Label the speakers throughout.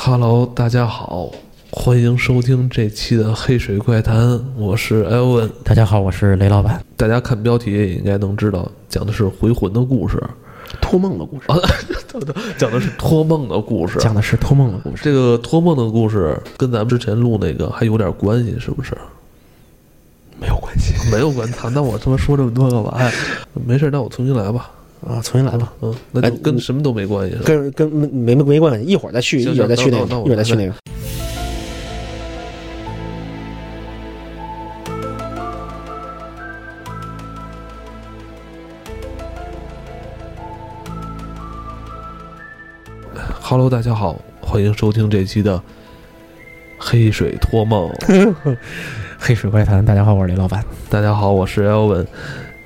Speaker 1: Hello，大家好，欢迎收听这期的《黑水怪谈》，我是 Elvin。
Speaker 2: 大家好，我是雷老板。
Speaker 1: 大家看标题也应该能知道，讲的是回魂的故事，啊
Speaker 3: 托梦的故事，
Speaker 1: 讲的是托梦的故事。
Speaker 2: 讲的是托梦的故事，
Speaker 1: 这个托梦的故事跟咱们之前录那个还有点关系，是不是？
Speaker 3: 没有关系
Speaker 1: 没有关系，啊那我他妈说这么多干嘛呀？没事，那我重新来吧。
Speaker 3: 啊，重新来吧，
Speaker 1: 嗯，那就
Speaker 3: 哎
Speaker 1: 跟
Speaker 3: 我
Speaker 1: 什么都没关系。是吧
Speaker 3: 跟跟没没没关系，一会儿再去，
Speaker 1: 行
Speaker 3: 一会儿再去
Speaker 1: 那
Speaker 3: 那
Speaker 1: 我
Speaker 3: 个
Speaker 1: 那我，
Speaker 3: 一会儿再去那个。
Speaker 1: Hello，大家好，欢迎收听这期的《黑水托梦》。
Speaker 2: 黑水怪谈。大家好，我是雷老板。
Speaker 1: 大家好，我是 Elvin，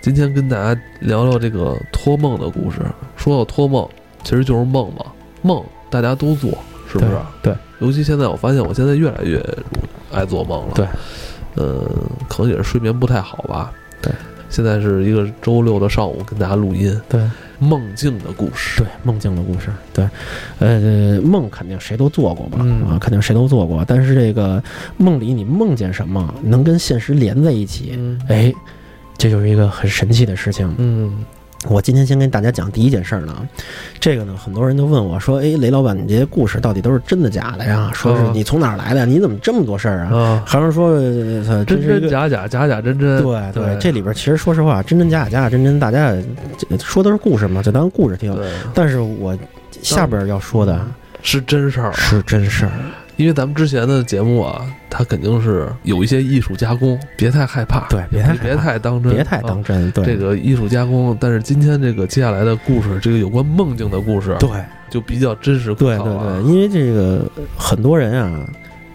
Speaker 1: 今天跟大家聊聊这个托梦的故事。说到托梦，其实就是梦嘛，梦大家都做，是不是？
Speaker 2: 对，对
Speaker 1: 尤其现在，我发现我现在越来越爱做梦了。
Speaker 2: 对，
Speaker 1: 呃，可能也是睡眠不太好吧。
Speaker 2: 对，
Speaker 1: 现在是一个周六的上午跟大家录音
Speaker 2: 对
Speaker 1: 梦境的故事。
Speaker 2: 对，梦境的故事。对，
Speaker 3: 呃，梦肯定谁都做过吧，
Speaker 2: 嗯
Speaker 3: 啊，肯定谁都做过。但是这个梦里你梦见什么，能跟现实连在一起，
Speaker 1: 嗯
Speaker 3: 哎，这就是一个很神奇的事情。
Speaker 1: 嗯
Speaker 3: 我今天先跟大家讲第一件事儿呢，这个呢，很多人就问我说，哎，雷老板，你这些故事到底都是真的假的呀？说是
Speaker 2: 哦
Speaker 1: 嗯
Speaker 3: 你从哪儿来的呀？你怎么这么多事儿啊？
Speaker 1: 啊，
Speaker 3: 还是说，呃操真
Speaker 1: 真
Speaker 3: 是一
Speaker 1: 真
Speaker 3: 个
Speaker 1: 假假，假假真真。
Speaker 3: 对
Speaker 1: 对
Speaker 3: 这里边其实说实话，真真假假，假假真真，大家这说的是故事嘛，就当故事听。
Speaker 1: 对，
Speaker 3: 但是我下边要说的
Speaker 1: 是真事儿。
Speaker 3: 是真事儿，
Speaker 1: 因为咱们之前的节目啊，它肯定是有一些艺术加工，别太害怕，
Speaker 3: 对，别太害怕
Speaker 1: 别太当真，
Speaker 3: 别太当
Speaker 1: 啊
Speaker 3: 真，对
Speaker 1: 这个艺术加工。但是今天这个接下来的故事，这个有关梦境的故事，
Speaker 3: 对
Speaker 1: 就比较真实可
Speaker 3: 对
Speaker 1: 靠啊
Speaker 3: 对
Speaker 1: 了
Speaker 3: 对，因为这个很多人啊，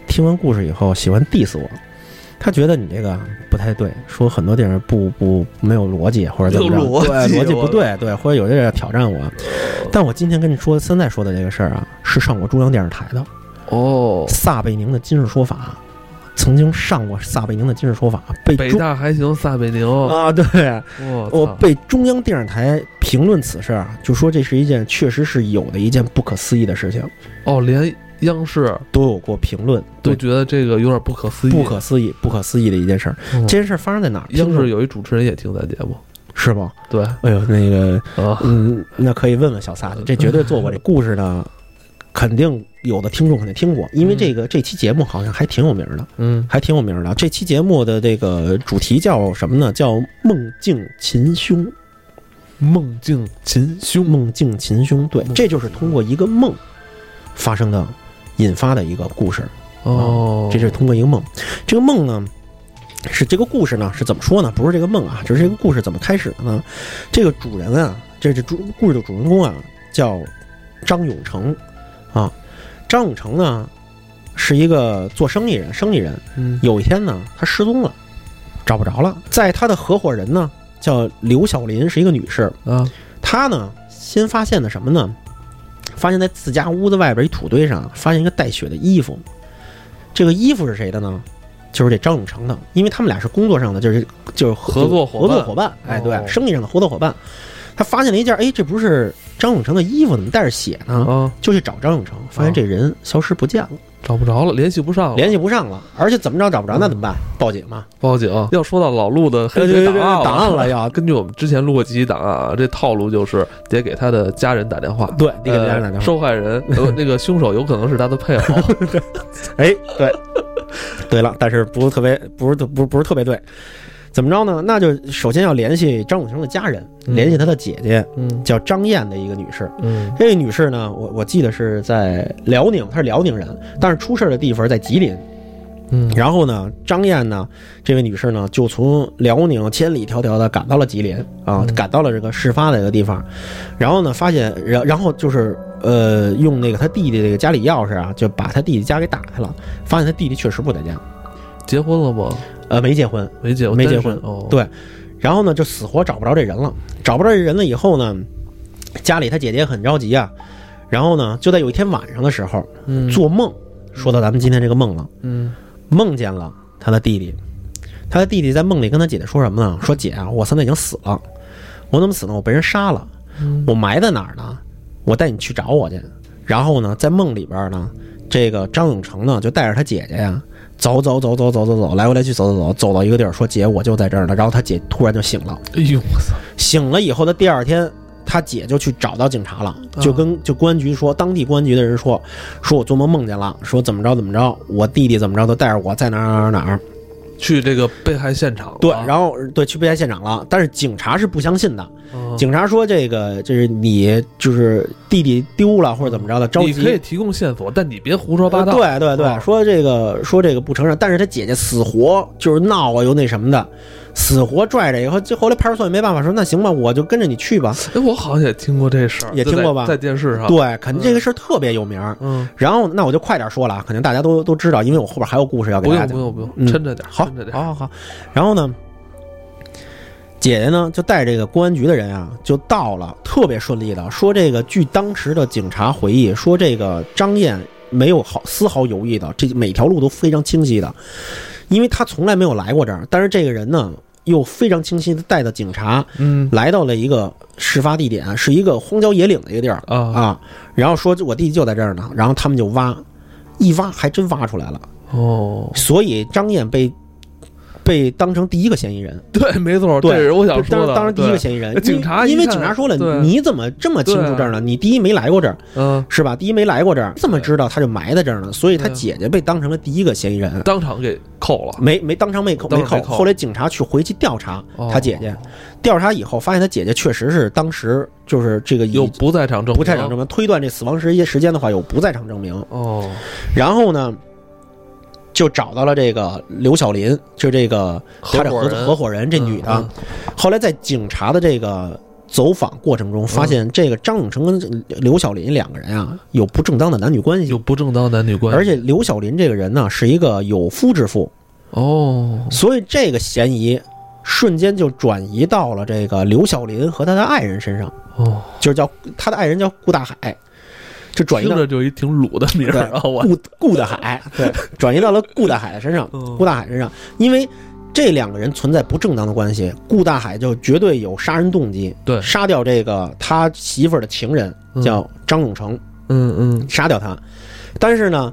Speaker 3: 听完故事以后喜欢 diss 我。他觉得你这个不太对，说很多地方不不没有逻辑或者怎么着，
Speaker 1: 没有逻啊辑
Speaker 3: 对逻辑
Speaker 1: 我
Speaker 3: 不对，对，或者有些人要挑战我。但我今天跟你说现在说的这个事儿啊，是上过中央电视台的，
Speaker 1: 哦，
Speaker 3: 撒贝宁的今日说法，曾经上过撒贝宁的今日说法，被
Speaker 1: 北
Speaker 3: 中
Speaker 1: 大还行，撒贝宁，我
Speaker 3: 啊，对，我
Speaker 1: 操，
Speaker 3: 被中央电视台评论此事啊，就说这是一件确实是有的一件不可思议的事情，
Speaker 1: 哦，连央视
Speaker 3: 都有过评论，
Speaker 1: 都
Speaker 3: 对，
Speaker 1: 觉得这个有点不可思议，
Speaker 3: 不可思议、不可思议的一件事儿。
Speaker 1: 嗯
Speaker 3: 这件事儿发生在哪儿？
Speaker 1: 央
Speaker 3: 听说
Speaker 1: 视有一主持人也听咱节目，
Speaker 3: 是吗？
Speaker 1: 对
Speaker 3: 哎呦，那个，
Speaker 1: 啊，
Speaker 3: 嗯，那可以问问小撒去，这绝对做过。这故事呢，肯定有的听众肯定听过，因为这个这期节目好像还挺有名儿的。
Speaker 1: 嗯，
Speaker 3: 还挺有名儿的。这期节目的这个主题叫什么呢？叫“梦境秦凶
Speaker 1: 梦境秦”。凶，
Speaker 3: 梦境秦凶，对
Speaker 1: 梦，
Speaker 3: 这就是通过一个梦发生的、引发的一个故事。
Speaker 1: 哦，
Speaker 3: 这是通过一个梦，这个梦呢，是这个故事呢是怎么说呢？不是这个梦啊，只是这个故事怎么开始的呢？这个主人啊，这是主故事的主人公啊，叫张永成啊。张永成呢是一个做生意人，生意人。
Speaker 1: 嗯
Speaker 3: 有一天呢，他失踪了，找不着了。在他的合伙人呢，叫刘小林，是一个女士。
Speaker 1: 啊，
Speaker 3: 她呢，先发现的什么呢？发现在自家屋子外边一土堆上，发现一个带血的衣服。这个衣服是谁的呢？就是这张永成的，因为他们俩是工作上的，就是就是
Speaker 1: 合作伙
Speaker 3: 合
Speaker 1: 伴
Speaker 3: 作伙伴，哎，对
Speaker 1: 哦，
Speaker 3: 生意上的合作伙伴。他发现了一件，哎，这不是张永成的衣服，怎么带着血呢？
Speaker 1: 啊，
Speaker 3: 就去找张永成，发现这人消失不见了，
Speaker 1: 找不着了，联系不上了，
Speaker 3: 联系不上了，而且怎么着找不着，那
Speaker 1: 哦嗯
Speaker 3: 怎么办？报警嘛，
Speaker 1: 报警。要说到老陆的黑水
Speaker 3: 对对
Speaker 1: 档
Speaker 3: 对，
Speaker 1: 案
Speaker 3: 档案了要。
Speaker 1: 根据我们之前录过几期档案啊，这套路就是得给他的家人打电话，
Speaker 3: 对，你给
Speaker 1: 呃
Speaker 3: 家人打电话。
Speaker 1: 受害人呃那个凶手有可能是他的配偶，
Speaker 3: 哎，对，对了，但是不是特别，不是特不是不是特别对。怎么着呢？那就首先要联系张永成的家人，
Speaker 1: 嗯
Speaker 3: 联系他的姐姐，
Speaker 1: 嗯
Speaker 3: 叫张燕的一个女士。
Speaker 1: 嗯
Speaker 3: 这位女士呢，我我记得是在辽宁，她是辽宁人，但是出事儿的地方在吉林。
Speaker 1: 嗯
Speaker 3: 然后呢，张燕呢，这位女士呢，就从辽宁千里迢迢的赶到了吉林啊，
Speaker 1: 嗯
Speaker 3: 赶到了这个事发的这个地方，然后呢，发现，然然后就是呃，用那个他弟弟这个家里钥匙啊，就把他弟弟家给打开了，发现他弟弟确实不在家，
Speaker 1: 结婚了吗？
Speaker 3: 呃，没结婚，
Speaker 1: 没结
Speaker 3: 没结
Speaker 1: 单身
Speaker 3: 婚
Speaker 1: 哦，
Speaker 3: 对然后呢，就死活找不着这人了，找不着这人了以后呢，家里他姐姐很着急啊，然后呢，就在有一天晚上的时候
Speaker 1: 嗯
Speaker 3: 做梦，说到咱们今天这个梦了。
Speaker 1: 嗯
Speaker 3: 梦见了他的弟弟，他的弟弟在梦里跟他姐姐说什么呢？说姐啊，我现在已经死了，我怎么死呢？我被人杀了，
Speaker 1: 嗯
Speaker 3: 我埋在哪儿呢？我带你去找我去。然后呢，在梦里边呢，这个张永成呢，就带着他姐姐呀，走走走走走走走，来回来去走走走，走到一个地儿，说姐，我就在这儿呢。然后他姐突然就醒了，
Speaker 1: 哎呦我操，
Speaker 3: 醒了以后的第二天，他姐就去找到警察了，
Speaker 1: 嗯
Speaker 3: 就跟就公安局说，当地公安局的人说，说我做梦梦见了，说怎么着怎么着，我弟弟怎么着都带着我在哪儿哪儿哪儿哪儿。
Speaker 1: 去这个被害现场了啊
Speaker 3: 对，然后对去被害现场了，但是警察是不相信的，
Speaker 1: 嗯
Speaker 3: 警察说这个就是你就是弟弟丢了或者怎么着的，着
Speaker 1: 你
Speaker 3: 急。
Speaker 1: 可以提供线索，但你别胡说八道。
Speaker 3: 对对对，
Speaker 1: 嗯
Speaker 3: 说这个说这个不承认，但是他姐姐死活就是闹啊，又那什么的，死活拽着以后，就后来派出所也没办法，说那行吧，我就跟着你去吧。
Speaker 1: 哎，我好像也听过这事儿，
Speaker 3: 也
Speaker 1: 就
Speaker 3: 听过
Speaker 1: 在
Speaker 3: 吧
Speaker 1: 在电视上。，
Speaker 3: 对，肯
Speaker 1: 嗯
Speaker 3: 定这个事儿特别有名儿。
Speaker 1: 嗯，
Speaker 3: 然后那我就快点说了啊，肯定大家都都知道，因为我后边还有故事要给
Speaker 1: 不
Speaker 3: 大家
Speaker 1: 用
Speaker 3: 讲
Speaker 1: 不。用不用，
Speaker 3: 嗯
Speaker 1: 抻着点儿，
Speaker 3: 好
Speaker 1: 抻着点
Speaker 3: 好
Speaker 1: 儿。
Speaker 3: 好好。然后呢，姐姐呢就带这个公安局的人啊，就到了，特别顺利的。说这个，据当时的警察回忆，说这个张燕没有好丝毫犹豫的，这每条路都非常清晰的，因为他从来没有来过这儿。但是这个人呢，又非常清晰的带着警察
Speaker 1: 嗯
Speaker 3: 来到了一个事发地点，是一个荒郊野岭的一个地儿
Speaker 1: 啊
Speaker 3: 啊。然后说我弟弟就在这儿呢，然后他们就挖，一挖还真挖出来了。
Speaker 1: 哦，
Speaker 3: 所以张燕被被当成第一个嫌疑人，
Speaker 1: 对，没错，
Speaker 3: 对
Speaker 1: 这是我想说
Speaker 3: 当
Speaker 1: 的。
Speaker 3: 当然第一
Speaker 1: 对
Speaker 3: 个，嫌疑人
Speaker 1: 那，警
Speaker 3: 因
Speaker 1: 察一
Speaker 3: 因为
Speaker 1: 看
Speaker 3: 警察说了，
Speaker 1: 对
Speaker 3: 你怎么这么清楚这儿呢？你第一没来过这儿
Speaker 1: 嗯，
Speaker 3: 是吧？第一没来过这儿，怎么知道他就埋在这儿呢？所以他
Speaker 1: 对啊
Speaker 3: 姐姐被当成了第一个嫌疑人。
Speaker 1: 当场给扣了。
Speaker 3: 没没当场没扣
Speaker 1: 当
Speaker 3: 没
Speaker 1: 场
Speaker 3: 扣
Speaker 1: 没，扣
Speaker 3: 后来警察去回去调查
Speaker 1: 哦
Speaker 3: 他姐姐，调查以后发现他姐姐确实是当时就是这个
Speaker 1: 有
Speaker 3: 有
Speaker 1: 不在场证明，
Speaker 3: 不在场证明，推断这死亡时间时间的话有不在场证明，
Speaker 1: 哦，
Speaker 3: 然后呢，就找到了这个刘小林，就这个他的
Speaker 1: 合
Speaker 3: 合
Speaker 1: 伙人
Speaker 3: 合伙人这女的。
Speaker 1: 嗯
Speaker 3: 后来在警察的这个走访过程中，发
Speaker 1: 嗯
Speaker 3: 现这个张永成跟刘小林两个人啊有不正当的男女关系
Speaker 1: 有，不正当男女关系，
Speaker 3: 而且刘小林这个人呢是一个有夫之妇，
Speaker 1: 哦，
Speaker 3: 所以这个嫌疑瞬间就转移到了这个刘小林和他的爱人身上，
Speaker 1: 哦，
Speaker 3: 就是叫他的爱人叫顾大海，就转移
Speaker 1: 听
Speaker 3: 到
Speaker 1: 着就一挺鲁的名儿啊，我
Speaker 3: 顾顾大海，对，转移到了顾大海的身上。顾
Speaker 1: 嗯
Speaker 3: 大海身上，因为这两个人存在不正当的关系，顾大海就绝对有杀人动机，
Speaker 1: 对
Speaker 3: 杀掉这个他媳妇儿的情人
Speaker 1: 嗯
Speaker 3: 叫张永成，
Speaker 1: 嗯嗯，
Speaker 3: 杀掉他。但是呢，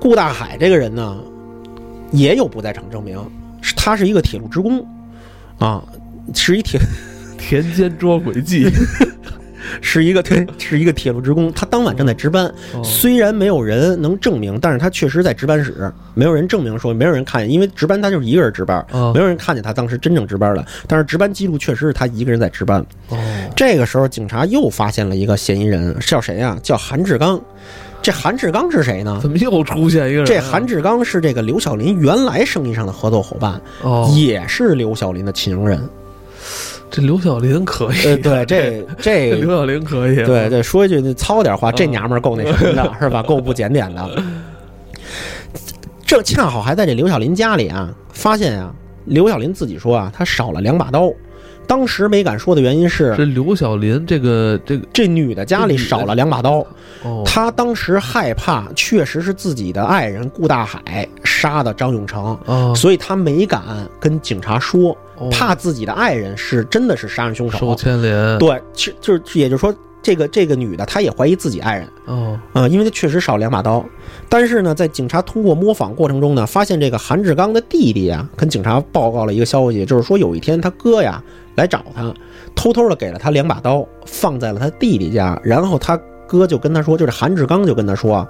Speaker 3: 顾大海这个人呢，也有不在场证明，是他是一个铁路职工啊，是一铁
Speaker 1: 田间捉鬼记，
Speaker 3: 是一个 是一个铁路职工，他当晚正在值班，
Speaker 1: 哦
Speaker 3: 虽然没有人能证明，但是他确实在值班室，没有人证明说，没有人看见，因为值班他就是一个人值班，
Speaker 1: 啊
Speaker 3: 没有人看见他当时真正值班了，但是值班记录确实是他一个人在值班。
Speaker 1: 哦，
Speaker 3: 这个时候，警察又发现了一个嫌疑人，叫谁呀、叫韩志刚。这韩志刚是谁呢？
Speaker 1: 怎么又出现一个人啊？
Speaker 3: 这韩志刚是这个刘小林原来生意上的合作伙伴，
Speaker 1: 哦，
Speaker 3: 也是刘小林的情人。
Speaker 1: 这刘晓玲可以，
Speaker 3: 呃， 对，这
Speaker 1: 这
Speaker 3: 这
Speaker 1: 刘晓玲可以，啊
Speaker 3: 对对，说一句那糙点话，这
Speaker 1: 嗯
Speaker 3: 娘们儿够那什 么的，是吧？够不检点的。这恰好还在这刘小林家里啊，发现啊，刘小林自己说啊，他少了两把刀，当时没敢说的原因是
Speaker 1: 是刘晓林这个这个
Speaker 3: 这女的家里
Speaker 1: 这女的
Speaker 3: 少了两把刀，
Speaker 1: 哦，
Speaker 3: 她当时害怕，确实是自己的爱人顾大海杀的张永成。
Speaker 1: 啊，
Speaker 3: 所以她没敢跟警察说，
Speaker 1: 哦
Speaker 3: 怕自己的爱人是真的是杀人凶
Speaker 1: 受
Speaker 3: 手。
Speaker 1: 牵连，
Speaker 3: 对，其就是也就是说，这个这个女的她也怀疑自己爱人，
Speaker 1: 哦
Speaker 3: 啊、因为他确实少两把刀，但是呢，在警察通过摸访过程中呢，发现这个韩志刚的弟弟啊，跟警察报告了一个消息，就是说有一天他哥呀来找他，偷偷的给了他两把刀，放在了他弟弟家，然后他哥就跟他说，就是韩志刚就跟他说，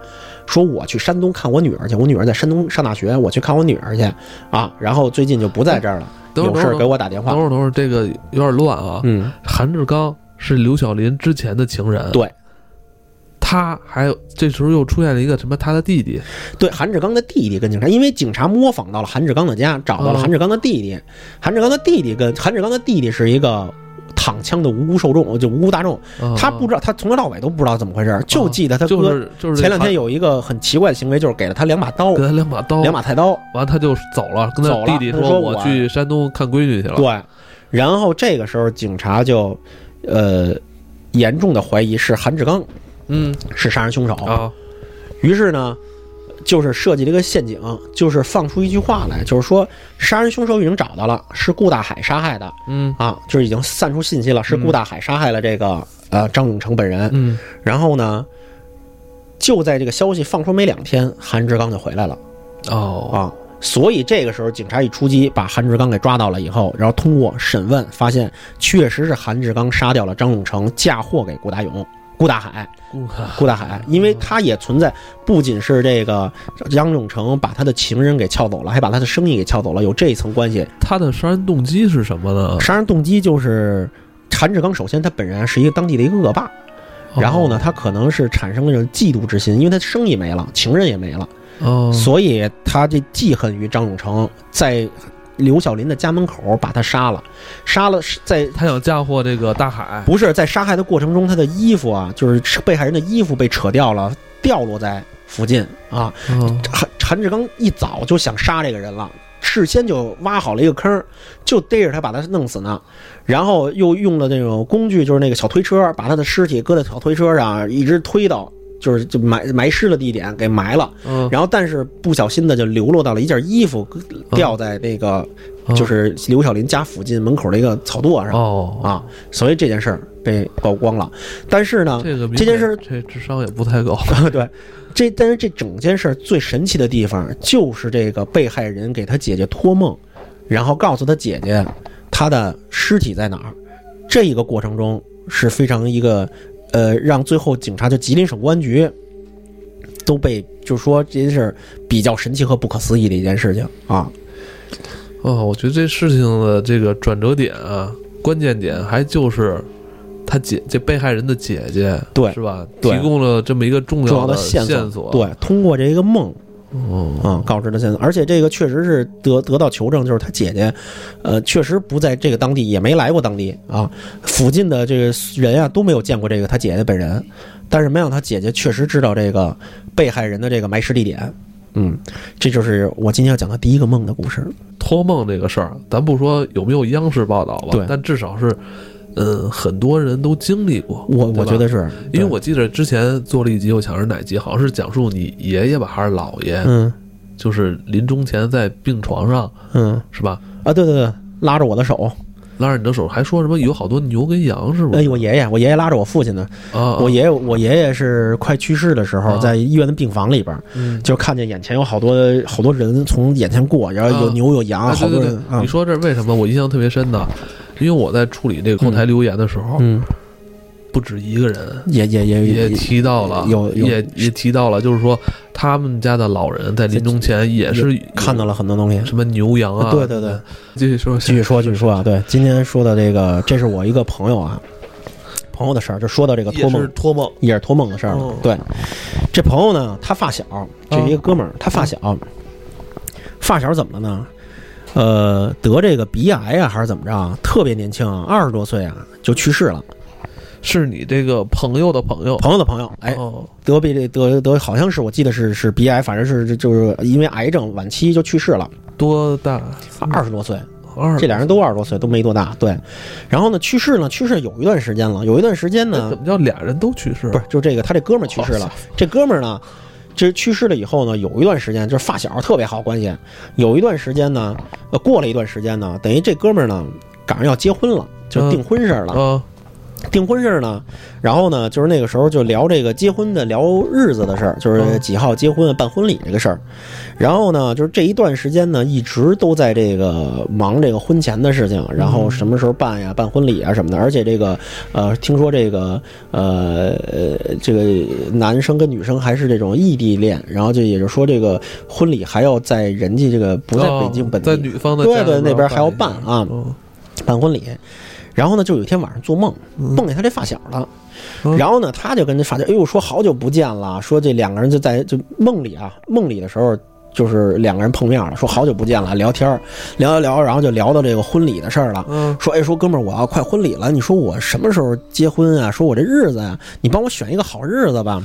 Speaker 3: 说我去山东看我女儿去，我女儿在山东上大学，我去看我女儿去啊，然后最近就不在这儿了，
Speaker 1: 等会儿
Speaker 3: 有事
Speaker 1: 等
Speaker 3: 儿
Speaker 1: 会
Speaker 3: 给
Speaker 1: 儿
Speaker 3: 我打电
Speaker 1: 等
Speaker 3: 话
Speaker 1: 会。儿等会儿，这个有点乱啊。
Speaker 3: 嗯，
Speaker 1: 韩志刚是刘晓林之前的情人，
Speaker 3: 对，
Speaker 1: 他还有这时候又出现了一个什么他的弟弟，
Speaker 3: 对，韩志刚的弟弟跟警察，因为警察模仿到了韩志刚的家，找到
Speaker 1: 哦
Speaker 3: 了韩志刚的弟弟。韩志刚的弟弟跟韩志刚的弟弟是一个躺枪的无辜受众，就无辜大众。
Speaker 1: 啊
Speaker 3: 他不知道，他从头到尾都不知道怎么回事，就记得他
Speaker 1: 哦就
Speaker 3: 哥
Speaker 1: 是就是
Speaker 3: 前两天
Speaker 1: 有
Speaker 3: 有一个很奇怪的行为，就是给了他两把刀
Speaker 1: 给，他两把刀，
Speaker 3: 两把菜刀。
Speaker 1: 完他就走了，跟
Speaker 3: 走
Speaker 1: 他弟
Speaker 3: 了
Speaker 1: 弟
Speaker 3: 他说
Speaker 1: 我
Speaker 3: 我
Speaker 1: 去山东看闺女去了，
Speaker 3: 对，然后这个时候警察就，呃，严重的怀疑是韩志刚
Speaker 1: 嗯
Speaker 3: 是杀人凶手。
Speaker 1: 啊
Speaker 3: 于是呢，就是设计了一个陷阱，就是放出一句话来，就是说杀人凶手已经找到了，是顾大海杀害的
Speaker 1: 嗯
Speaker 3: 啊，就是已经散出信息了，是顾大海杀害了这个呃张永成本人。
Speaker 1: 嗯
Speaker 3: 然后呢，就在这个消息放出没两天，韩志刚就回来了
Speaker 1: 哦，
Speaker 3: 啊。所以这个时候，警察一出击，把韩志刚给抓到了以后，然后通过审问发现，确实是韩志刚杀掉了张永成，嫁祸给顾大勇、顾大海。顾大海，因
Speaker 1: 嗯
Speaker 3: 为他也存在，不仅是这个张永成把他的情人给撬走了，还把他的生意给撬走了，有这一层关系。
Speaker 1: 他的杀人动机是什么呢？
Speaker 3: 杀人动机就是韩志刚，首先他本人是一个当地的一个恶霸，
Speaker 1: 哦
Speaker 3: 然后呢，他可能是产生了这种嫉妒之心，因为他生意没了，情人也没了，
Speaker 1: 哦，
Speaker 3: 所以他这记恨于张永成，在刘小林的家门口把他杀了，杀了是在
Speaker 1: 他想嫁祸这个大海，
Speaker 3: 不是在杀害的过程中，他的衣服啊，就是被害人的衣服被扯掉了，掉落在附近啊。
Speaker 1: 嗯
Speaker 3: 韩韩志刚一早就想杀这个人了，事先就挖好了一个坑，就逮着他把他弄死呢。然后又用了那种工具，就是那个小推车，把他的尸体搁在小推车上，一直推到就是就埋埋尸的地点给埋了。
Speaker 1: 嗯，
Speaker 3: 然后但是不小心的就流落到了一件衣服掉在那个
Speaker 1: 嗯
Speaker 3: 就是刘小林家附近门口的一个草垛上
Speaker 1: 哦，
Speaker 3: 啊，所以这件事儿被曝光了。但是呢，
Speaker 1: 这个
Speaker 3: 这件事儿
Speaker 1: 这智商也不太高，
Speaker 3: 对，这但是这整件事儿最神奇的地方就是这个被害人给他姐姐托梦，然后告诉他姐姐他的尸体在哪儿。这一个过程中是非常一个呃，让最后警察就吉林省公安局都被就是说这件事儿比较神奇和不可思议的一件事情啊。
Speaker 1: 哦，我觉得这事情的这个转折点啊，关键点还就是他姐这被害人的姐姐，
Speaker 3: 对
Speaker 1: 是吧？
Speaker 3: 对
Speaker 1: 提供了这么一个重
Speaker 3: 重要
Speaker 1: 的
Speaker 3: 线
Speaker 1: 索，
Speaker 3: 对，通过这个梦
Speaker 1: 哦，
Speaker 3: 啊、告知的线索，而且这个确实是得得到求证，就是他姐姐，呃，确实不在这个当地，也没来过当地啊，附近的这个人啊都没有见过这个他姐姐本人，但是没想到他姐姐确实知道这个被害人的这个埋尸地点，嗯，这就是我今天要讲的第一个梦的故事，
Speaker 1: 托梦这个事儿，咱不说有没有央视报道吧，
Speaker 3: 对
Speaker 1: 但至少是，嗯，很多人都经历过。
Speaker 3: 我
Speaker 1: 对吧
Speaker 3: 我觉得，是，
Speaker 1: 因为
Speaker 3: 对
Speaker 1: 我记得之前做了一集，我想是哪集，好像是讲述你爷爷吧，还是姥爷，
Speaker 3: 嗯
Speaker 1: 就是临终前在病床上，
Speaker 3: 嗯
Speaker 1: 是吧？
Speaker 3: 啊，对对对，拉着我的手，
Speaker 1: 拉着你的手，还说什么有好多牛跟羊，是不
Speaker 3: 哎，
Speaker 1: 是？
Speaker 3: 我爷爷，我爷爷拉着我父亲呢，
Speaker 1: 啊，
Speaker 3: 我爷爷我爷爷是快去世的时候，
Speaker 1: 啊
Speaker 3: 在医院的病房里边。
Speaker 1: 嗯
Speaker 3: 就看见眼前有好多好多人从眼前过，然后有
Speaker 1: 啊
Speaker 3: 牛有羊，
Speaker 1: 啊，
Speaker 3: 好
Speaker 1: 对
Speaker 3: 多
Speaker 1: 对
Speaker 3: 人
Speaker 1: 对，
Speaker 3: 啊
Speaker 1: 你，说这为什么我印象特别深呢？因为我在处理这个后台留言的时候，
Speaker 3: 嗯，
Speaker 1: 不止一个人
Speaker 3: 也也也
Speaker 1: 也提到了，
Speaker 3: 有有
Speaker 1: 也也提到了，就是说他们家的老人在临终前也是有
Speaker 3: 看到了很多东西。
Speaker 1: 什么牛羊啊，
Speaker 3: 对对对，
Speaker 1: 继续说，
Speaker 3: 继续说，继续说啊，对，今天说的这个，这是我一个朋友啊，朋友的事儿，就说到这个托
Speaker 1: 也是
Speaker 3: 梦，
Speaker 1: 托梦，
Speaker 3: 也是托梦的事儿了
Speaker 1: 哦
Speaker 3: 对，这朋友呢，他发小，这是一个哥们
Speaker 1: 啊
Speaker 3: 儿，他发小，发小怎么了呢？呃，得这个鼻癌啊，还是怎么着啊？特别年轻啊，二十多岁啊就去世了。
Speaker 1: 是你这个朋友的朋友，
Speaker 3: 朋友的朋友，哎，
Speaker 1: 哦
Speaker 3: 得鼻这得得好像是我记得是是鼻癌，反正是就是因为癌症晚期就去世了，
Speaker 1: 多大？
Speaker 3: 二十多岁，
Speaker 1: 二，
Speaker 3: 这俩人都二十多岁，都没多大。对，然后呢，去世呢，去世有一段时间了，有一段时间
Speaker 1: 那
Speaker 3: 呢
Speaker 1: 怎，么叫俩人都去世？
Speaker 3: 不是就这个他这哥们儿去世了，这哥们儿呢，这去世了以后呢，有一段时间就是发小特别好关系，有一段时间呢，呃，过了一段时间呢，等于这哥们儿呢赶上要结婚了，就
Speaker 1: 嗯
Speaker 3: 订婚事儿了，
Speaker 1: 啊，
Speaker 3: 订婚事儿呢，然后呢，就是那个时候就聊这个结婚的，聊日子的事儿，就是
Speaker 1: 嗯
Speaker 3: 几号结婚、啊办婚礼这个事儿。然后呢，就是这一段时间呢，一直都在这个忙这个婚前的事情，
Speaker 1: 嗯
Speaker 3: 然后什么时候办呀、办婚礼啊什么的。而且这个呃，听说这个呃呃这个男生跟女生还是这种异地恋，然后就也就是说这个婚礼还要在人家这个不在北京
Speaker 1: 哦
Speaker 3: 本
Speaker 1: 在
Speaker 3: 地，
Speaker 1: 女方的
Speaker 3: 对
Speaker 1: 家
Speaker 3: 对
Speaker 1: 里
Speaker 3: 那边还要
Speaker 1: 一下
Speaker 3: 办啊
Speaker 1: 哦
Speaker 3: 办婚礼。然后呢，就有一天晚上做梦，
Speaker 1: 嗯
Speaker 3: 梦见他这发小了。
Speaker 1: 嗯
Speaker 3: 然后呢，他就跟这发小，哎呦，说好久不见了，说这两个人就在就梦里啊，梦里的时候。就是两个人碰面了，说好久不见了，聊天儿聊聊聊，然后就聊到这个婚礼的事儿了。
Speaker 1: 嗯，
Speaker 3: 说，哎，说哥们儿，我要快婚礼了，你说我什么时候结婚啊？说我这日子啊，你帮我选一个好日子吧。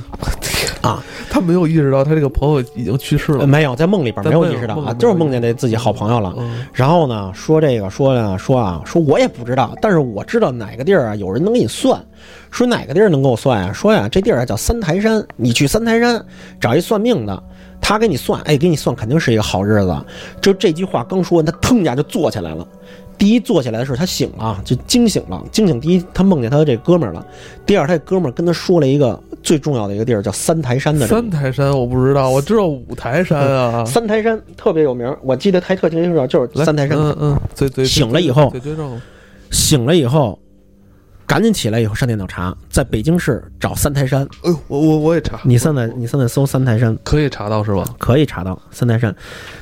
Speaker 1: 他没有意识到他这个朋友已经去世
Speaker 3: 呃
Speaker 1: 了，
Speaker 3: 没有，在梦里边
Speaker 1: 在
Speaker 3: 没有
Speaker 1: 梦
Speaker 3: 意
Speaker 1: 里
Speaker 3: 识到
Speaker 1: 梦里
Speaker 3: 啊，
Speaker 1: 边
Speaker 3: 就是
Speaker 1: 没
Speaker 3: 梦见这自己好朋友了。
Speaker 1: 嗯
Speaker 3: 然后呢，说这个说呢说啊，说我也不知道，但是我知道哪个地儿啊，有人能给你算，说哪个地儿能给我算呀、说呀、这地儿啊叫三台山，你去三台山找一算命的，他给你算，哎，给你算肯定是一个好日子。就这句话刚说完，他腾一下就坐起来了。第一坐起来的时候，他醒了，就惊醒了。惊醒，第一他梦见他这哥们儿了，第二他这哥们儿跟他说了一个最重要的一个地儿，叫三台山的这么
Speaker 1: 三
Speaker 3: 一个
Speaker 1: 台山我不知道，我知道五台山啊。
Speaker 3: 三台山特别有名，我记得还特清楚，就是
Speaker 1: 来
Speaker 3: 三台山。
Speaker 1: 嗯嗯，嘴嘴
Speaker 3: 醒了以后
Speaker 1: 嘴追正了。
Speaker 3: 醒了以后，赶紧起来以后上电脑查，在北京市找三台山。
Speaker 1: 哎呦，我我我也查，
Speaker 3: 你现在你现在搜三台山
Speaker 1: 可以查到是吧？
Speaker 3: 可以查到三台山，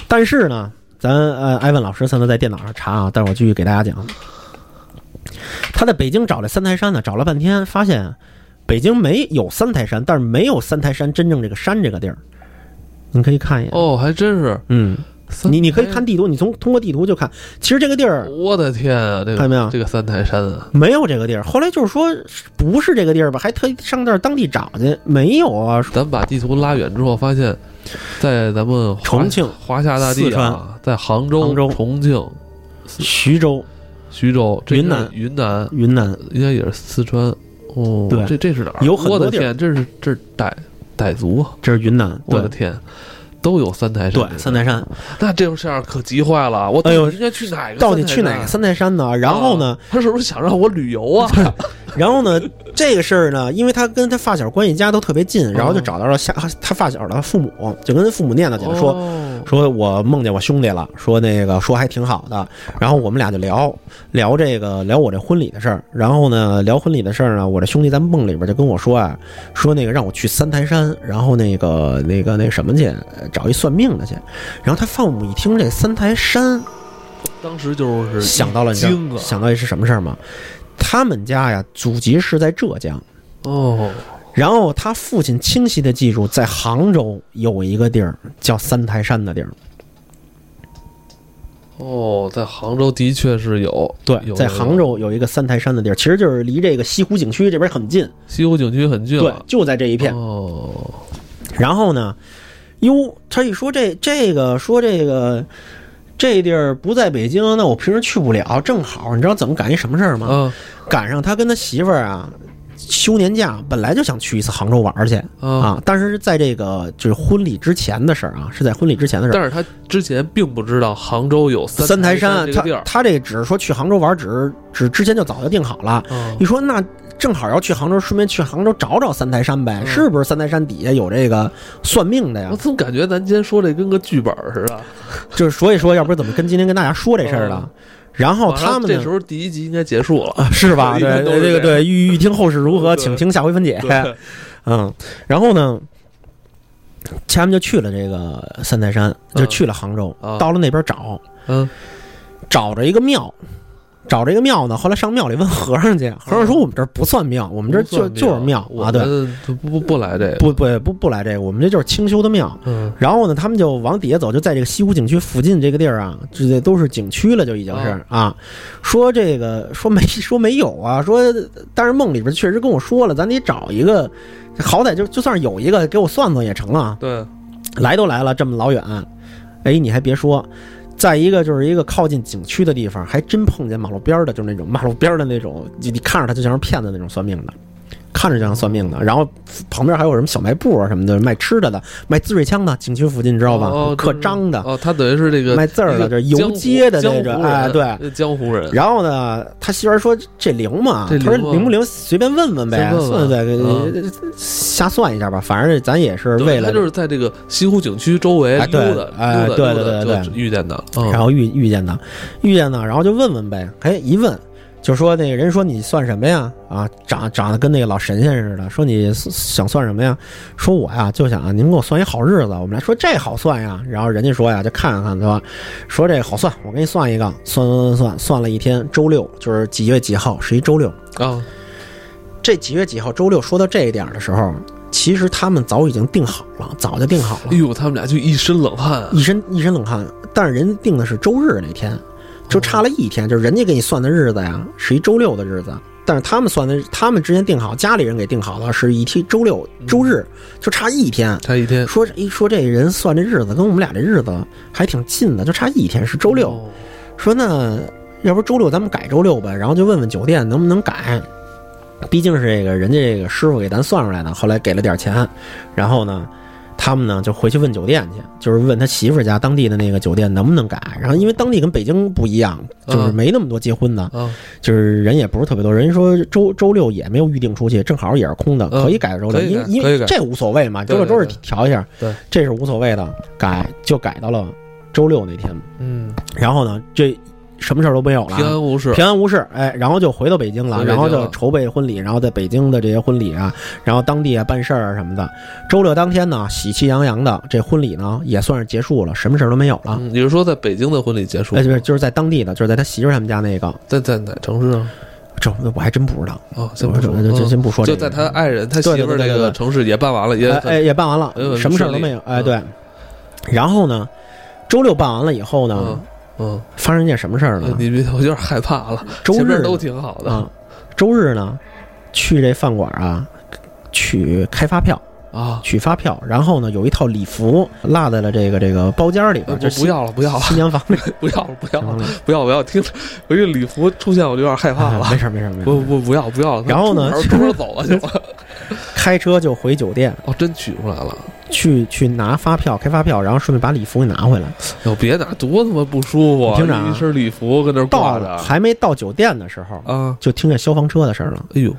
Speaker 3: 但是呢，咱呃艾文老师现在在电脑上查啊，但是我继续给大家讲，他在北京找这三台山呢，找了半天发现北京没有三台山，但是没有三台山真正这个山这个地儿，你可以看一眼。
Speaker 1: 哦，还真是。
Speaker 3: 嗯，
Speaker 1: 三
Speaker 3: 你你可以看地图，你从通过地图就看，其实这个地儿
Speaker 1: 我的天啊，这个
Speaker 3: 看见没有
Speaker 1: 这个三台山啊，
Speaker 3: 没有这个地儿。后来就是说不是这个地儿吧，还特意上那儿当地找去，没有啊。
Speaker 1: 咱们把地图拉远之后，发现，在咱们华
Speaker 3: 重庆、
Speaker 1: 华夏大
Speaker 3: 四
Speaker 1: 地啊
Speaker 3: 川，
Speaker 1: 在杭州、
Speaker 3: 杭州
Speaker 1: 重庆、
Speaker 3: 徐州、
Speaker 1: 徐州、这
Speaker 3: 云
Speaker 1: 应该是
Speaker 3: 南
Speaker 1: 云南
Speaker 3: 云南，
Speaker 1: 应该也是四川。哦，
Speaker 3: 对
Speaker 1: 这这是哪儿？
Speaker 3: 有很多
Speaker 1: 我的
Speaker 3: 地儿
Speaker 1: 天，这是这是傣傣族啊！
Speaker 3: 这是云南。
Speaker 1: 我
Speaker 3: 对
Speaker 1: 的天，都有三台山。
Speaker 3: 对，三台山
Speaker 1: 那这种事儿可急坏了，我
Speaker 3: 哎呦
Speaker 1: 到底应该去哪个？
Speaker 3: 到底去哪个
Speaker 1: 三台山？
Speaker 3: 三台山哦呢？然后呢
Speaker 1: 啊，？他是不是想让我旅游 啊？
Speaker 3: 然后呢， 这个事儿呢，因为他跟他发小关系家都特别近，然后就找到了下他发小的父母，就跟父母念叨去了，说
Speaker 1: 哦
Speaker 3: 说我梦见我兄弟了，说那个说还挺好的，然后我们俩就聊聊这个聊我这婚礼的事儿，然后呢聊婚礼的事儿呢，我这兄弟在梦里边就跟我说啊，说那个让我去三台山，然后那个那个那什么去呃找一算命的去，然后他父母一听这三台山，
Speaker 1: 当时就是
Speaker 3: 想到了你知道
Speaker 1: 惊了，
Speaker 3: 想到是什么事儿吗？他们家呀祖籍是在浙江。
Speaker 1: 哦，
Speaker 3: 然后他父亲清晰的记住，在杭州有一个地儿叫三台山的地儿，
Speaker 1: 哦，在杭州的确是有，
Speaker 3: 对
Speaker 1: 有，
Speaker 3: 在杭州有一个三台山的地儿，其实就是离这个西湖景区这边很近，
Speaker 1: 西湖景区很近
Speaker 3: 对
Speaker 1: 了，。
Speaker 3: 就在这一片。
Speaker 1: 哦，
Speaker 3: 然后呢，哟，他一说这这个说这个这地儿不在北京，那我平时去不了，正好你知道怎么赶一什么事儿吗？
Speaker 1: 啊
Speaker 3: 赶上他跟他媳妇儿啊休年假，本来就想去一次杭州玩儿去
Speaker 1: 啊！
Speaker 3: 啊，但是是在这个就是婚礼之前的事儿啊，是在婚礼之前的事儿。
Speaker 1: 但是他之前并不知道杭州有
Speaker 3: 三台
Speaker 1: 山
Speaker 3: 山，
Speaker 1: 这
Speaker 3: 他
Speaker 1: 个地儿。
Speaker 3: 他这只是说去杭州玩，只是只之前就早就定好了。
Speaker 1: 哦
Speaker 3: 你说那正好要去杭州，顺便去杭州找找三台山呗，
Speaker 1: 嗯
Speaker 3: 是不是？三台山底下有这个算命的呀
Speaker 1: 我，怎么感觉咱今天说这跟个剧本似的？
Speaker 3: 就是所以说，要不然怎么跟今天跟大家说这事儿
Speaker 1: 嗯
Speaker 3: 了？然后
Speaker 1: 马上
Speaker 3: 哦他们
Speaker 1: 这
Speaker 3: 呢
Speaker 1: 时，候第一集应该结束了。
Speaker 3: 啊 是吧？
Speaker 1: 一般
Speaker 3: 对
Speaker 1: 都是
Speaker 3: 对这个
Speaker 1: 这样
Speaker 3: 对，欲欲听后事如何，
Speaker 1: 对
Speaker 3: 请听下回分解。
Speaker 1: 对，
Speaker 3: 嗯，然后呢，他们就去了这个三台山，就
Speaker 1: 嗯
Speaker 3: 去了杭州，
Speaker 1: 啊
Speaker 3: 到了那边找，
Speaker 1: 嗯，
Speaker 3: 找着一个庙，找着一个庙呢。后来上庙里问和尚去，
Speaker 1: 嗯
Speaker 3: 和尚说我们这儿不算庙，我
Speaker 1: 我
Speaker 3: 们这儿就就是庙
Speaker 1: 我
Speaker 3: 啊，对，
Speaker 1: 们不不不来这个，
Speaker 3: 不不不不来这个，我们这就是清修的庙。
Speaker 1: 嗯，
Speaker 3: 然后呢，他们就往底下走，就在这个西湖景区附近这个地儿啊，这这都是景区了，就已经是啊。说这个说没 说没有啊，说但是梦里边确实跟我说了，咱得找一个，好歹就就算是有一个给我算算也成啊。
Speaker 1: 对，
Speaker 3: 来都来了，这么老远，哎，你还别说，再一个就是一个靠近景区的地方，还真碰见马路边儿的，就是那种马路边儿的那种，你你看着他就像是骗子那种算命的，看着就像算命的。然后旁边还有什么小卖部啊什么的，卖吃的的，卖滋水枪的，景区附近你知道吧？
Speaker 1: 哦
Speaker 3: 刻章的，
Speaker 1: 哦，他等于是这个
Speaker 3: 卖字儿的，
Speaker 1: 一
Speaker 3: 就
Speaker 1: 个
Speaker 3: 是游街的那
Speaker 1: 江
Speaker 3: 种，
Speaker 1: 湖
Speaker 3: 哎，
Speaker 1: 人呃
Speaker 3: 对。，
Speaker 1: 江湖人，
Speaker 3: 然后呢，他媳妇儿说这灵嘛，
Speaker 1: 这灵
Speaker 3: 他
Speaker 1: 吗
Speaker 3: 说灵不灵随便问问呗，
Speaker 1: 随便
Speaker 3: 算
Speaker 1: 问
Speaker 3: 算
Speaker 1: 嗯
Speaker 3: 瞎算一下吧，反正咱也是
Speaker 1: 对
Speaker 3: 为了
Speaker 1: 他就是在这个西湖景区周围
Speaker 3: 哎
Speaker 1: 溜达
Speaker 3: 对
Speaker 1: 溜达
Speaker 3: 哎
Speaker 1: 溜
Speaker 3: 对
Speaker 1: 达
Speaker 3: 对对
Speaker 1: 就
Speaker 3: 对
Speaker 1: 遇见的，
Speaker 3: 然
Speaker 1: 嗯，
Speaker 3: 后遇遇见他，遇见他，然后就问问呗。哎，一问就说那个人说你算什么呀？啊，长长得跟那个老神仙似的。说你想算什么呀？说我呀就想啊，您给我算一好日子。我们来说这好算呀。然后人家说呀，就看看他，说这好算，我给你算一个，算算算算了一天，周六就是几月几号是一周六。
Speaker 1: 啊，
Speaker 3: 这几月几号周六说到这一点的时候，其实他们早已经定好了，早就定好了
Speaker 1: 哎。呦，他们俩就一身冷汗啊，
Speaker 3: 一身一身冷汗。但是人家定的是周日那天，就差了一天，就是人家给你算的日子呀，是一周六的日子。但是他们算的，他们之前定好，家里人给定好了，是一天周六周日，就差一天。
Speaker 1: 差一天，
Speaker 3: 说一说这人算这日子跟我们俩这日子还挺近的，就差一天是周六。
Speaker 1: 哦，
Speaker 3: 说那要不周六咱们改周六吧，然后就问问酒店能不能改。毕竟是这个人家这个师傅给咱算出来的，后来给了点钱，然后呢，他们呢就回去问酒店去，就是问他媳妇儿家当地的那个酒店能不能改。然后因为当地跟北京不一样，就是
Speaker 1: 嗯
Speaker 3: 没那么多结婚的，
Speaker 1: 啊，
Speaker 3: 就是人也不是特别多。人家说周周六也没有预定出去，正好也是空的，
Speaker 1: 嗯
Speaker 3: 可以改周六，
Speaker 1: 可以
Speaker 3: 因
Speaker 1: 改
Speaker 3: 为因
Speaker 1: 可以
Speaker 3: 为
Speaker 1: 改
Speaker 3: 这无所谓嘛，周
Speaker 1: 对
Speaker 3: 六周日
Speaker 1: 对对
Speaker 3: 调一下，
Speaker 1: 对，
Speaker 3: 这是无所谓的，改就改到了周六那天。
Speaker 2: 嗯，
Speaker 3: 然后呢，这什么事儿都没有了，
Speaker 1: 平安无事，
Speaker 3: 平安无事，哎，然后就回到北京了，
Speaker 1: 回北京
Speaker 3: 然后就
Speaker 1: 了
Speaker 3: 筹备婚礼，然后在北京的这些婚礼啊，然后当地啊办事儿啊什么的。周六当天呢，喜气洋洋的，这婚礼呢也算是结束了，什么事儿都没有了。
Speaker 1: 嗯你是说在北京的婚礼结束
Speaker 3: 啊哎，？就是就是在当地的，就是在他媳妇儿他们家那个，
Speaker 1: 在在哪城市啊？
Speaker 3: 这我还真不知道，
Speaker 1: 啊，先
Speaker 3: 我
Speaker 1: 不
Speaker 3: 这
Speaker 1: 说，
Speaker 3: 我就就
Speaker 1: 嗯
Speaker 3: 先不说这
Speaker 1: 就
Speaker 3: 个。
Speaker 1: 在他爱人他媳
Speaker 3: 对对
Speaker 1: 妇儿
Speaker 3: 对
Speaker 1: 那
Speaker 3: 对
Speaker 1: 个
Speaker 3: 对
Speaker 1: 城市也办完了，也
Speaker 3: 哎
Speaker 1: 很
Speaker 3: 哎也办完了
Speaker 1: 哎，很
Speaker 3: 什么事儿都
Speaker 1: 顺利
Speaker 3: 没有，
Speaker 1: 嗯
Speaker 3: 哎对。然后呢，周六办完了以后呢
Speaker 1: 嗯，嗯，
Speaker 3: 发生一件什么事儿呢？
Speaker 1: 你别我有点害怕了。
Speaker 3: 周
Speaker 1: 前
Speaker 3: 日
Speaker 1: 面
Speaker 3: 呢
Speaker 1: 都挺好的
Speaker 3: 啊，周日呢，去这饭馆啊，取开发票。
Speaker 1: 啊，
Speaker 3: 取发票，然后呢，有一套礼服落在了这个这个包间里
Speaker 1: 呃
Speaker 3: 边，就
Speaker 1: 不
Speaker 3: 是
Speaker 1: 不要了，不要了，
Speaker 3: 新娘房里，
Speaker 1: 不要 了，不要
Speaker 3: 新娘
Speaker 1: 了，
Speaker 3: 房里
Speaker 1: 不要不要，听着，我这礼服出现我就有点害怕
Speaker 3: 啊
Speaker 1: 了。
Speaker 3: 没事儿没事儿没事
Speaker 1: 不
Speaker 3: 儿，
Speaker 1: 不不要不要了。
Speaker 3: 然后呢
Speaker 1: 出门出门走了就 了。
Speaker 3: 开车就回酒店
Speaker 1: 哦，真取出来了。
Speaker 3: 去去拿发票开发票，然后顺便把礼服给拿回来。
Speaker 1: 哟，别拿，多他妈不舒服啊！
Speaker 3: 你听着啊
Speaker 1: 一身礼服跟那儿挂
Speaker 3: 到
Speaker 1: 着
Speaker 3: 了还没到酒店的时候，
Speaker 1: 啊，
Speaker 3: 就听见消防车的事儿了。
Speaker 1: 哎呦，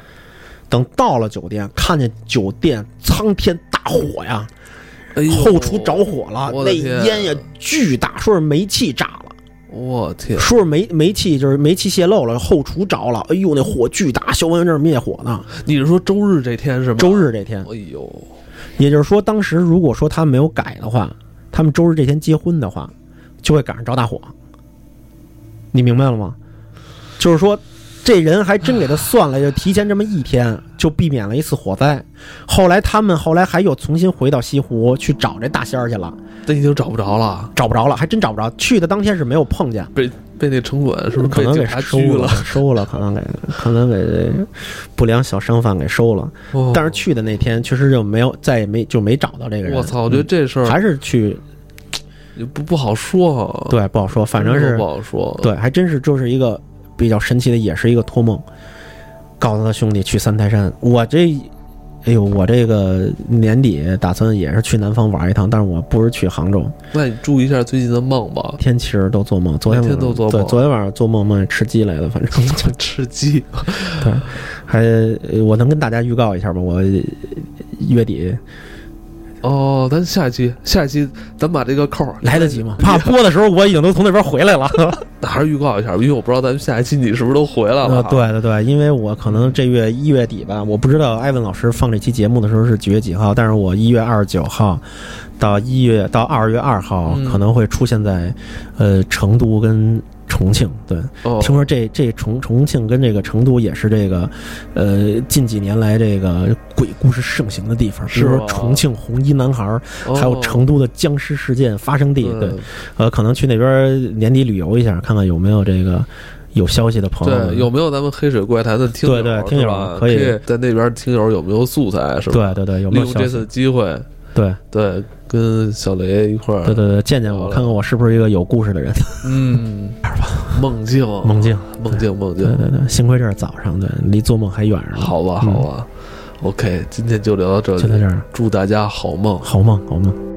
Speaker 3: 等到了酒店，看见酒店苍天大火呀，
Speaker 1: 哎呦，
Speaker 3: 后厨着火了，
Speaker 1: 我的
Speaker 3: 那
Speaker 1: 天
Speaker 3: 烟也巨大，说是煤气炸了。
Speaker 1: 我天，
Speaker 3: 说是煤煤气就是煤气泄漏了，后厨着了，哎呦那火巨大，消防员正灭火呢。
Speaker 1: 你是说周日这天是吗？
Speaker 3: 啊周，日这天，
Speaker 1: 哎呦，
Speaker 3: 也就是说，当时如果说他们没有改的话，他们周日这天结婚的话，就会赶上着大火。你明白了吗？就是说，这人还真给他算了，就提前这么一天，就避免了一次火灾。后来他们后来还又重新回到西湖去找这大仙儿去了，
Speaker 1: 这已经找不着了，
Speaker 3: 找不着了，还真找不着。去的当天是没有碰见，
Speaker 1: 被被那城管是不是
Speaker 3: 可
Speaker 1: 被
Speaker 3: 能
Speaker 1: 警
Speaker 3: 给
Speaker 1: 察
Speaker 3: 收
Speaker 1: 拘
Speaker 3: 了，？ 收了，可能给可能给不良小商贩给收了。
Speaker 1: 哦
Speaker 3: 但是去的那天确实就没有，再也没就没找到这个人。
Speaker 1: 我操，我觉得这事儿
Speaker 3: 嗯还是去
Speaker 1: 也不不好说啊，
Speaker 3: 对，不好说，反正是
Speaker 1: 不好说。
Speaker 3: 对，还真是就是一个比较神奇的，也是一个托梦，告诉他兄弟去三台山。我这，哎呦，我这个年底打算也是去南方玩一趟，但是我不是去杭州，
Speaker 1: 那你注意一下最近的梦吧。
Speaker 3: 天其实都做梦，昨
Speaker 1: 每
Speaker 3: 天
Speaker 1: 天都做梦
Speaker 3: 对，昨天晚上做梦梦见吃鸡来了，反正
Speaker 1: 吃鸡，
Speaker 3: 还呃我能跟大家预告一下吗？我月底
Speaker 1: 哦，咱下一期，下一期咱把这个扣儿
Speaker 3: 来得及吗？ 怕播的时候我已经都从那边回 来了。
Speaker 1: 还是预告一下，因为我不知道咱们下一期你是不是都回来了。
Speaker 3: 呃，， 对对对，因为我可能这月一月底吧，我不知道艾文老师放这期节目的时候是几月几号，但是我一月二十九号到一月到二月二号
Speaker 1: 嗯
Speaker 3: 可能会出现在、呃成都跟重庆。对，
Speaker 1: 哦，
Speaker 3: 听说这这重重庆跟这个成都也是这个呃近几年来这个鬼故事盛行的地方，比
Speaker 1: 是
Speaker 3: 如说
Speaker 1: 吗
Speaker 3: 重庆红衣男孩儿，
Speaker 1: 哦
Speaker 3: 还有成都的僵尸事件发生地。对，呃，可能去那边儿年底旅游一下，看看有没有这个。有消息的朋友们，
Speaker 1: 对，有没有咱们黑水怪谈的听友？
Speaker 3: 嗯对对
Speaker 1: 是吧
Speaker 3: 听友可以
Speaker 1: 在那边听友有没有素材？是
Speaker 2: 对
Speaker 1: 吧？
Speaker 3: 对对对，有没
Speaker 1: 利
Speaker 3: 有
Speaker 1: 用
Speaker 3: 消
Speaker 1: 这
Speaker 3: 息？
Speaker 1: 次机会，
Speaker 3: 对
Speaker 1: 对，跟小雷一块儿，
Speaker 3: 对对对，见见我，
Speaker 1: 好嘞
Speaker 3: 看看我是不是一个有故事的人。
Speaker 1: 嗯，梦境，
Speaker 3: 梦境，嗯
Speaker 1: 梦境，梦
Speaker 3: 对
Speaker 1: 境，
Speaker 3: 对对，幸亏这是早上，对，离做梦还远着呢。，
Speaker 1: 好吧，好吧，OK，今天就聊到这
Speaker 3: 嗯就在
Speaker 1: 里，
Speaker 3: 这儿，
Speaker 1: 祝大家好梦。
Speaker 3: 好梦，好梦。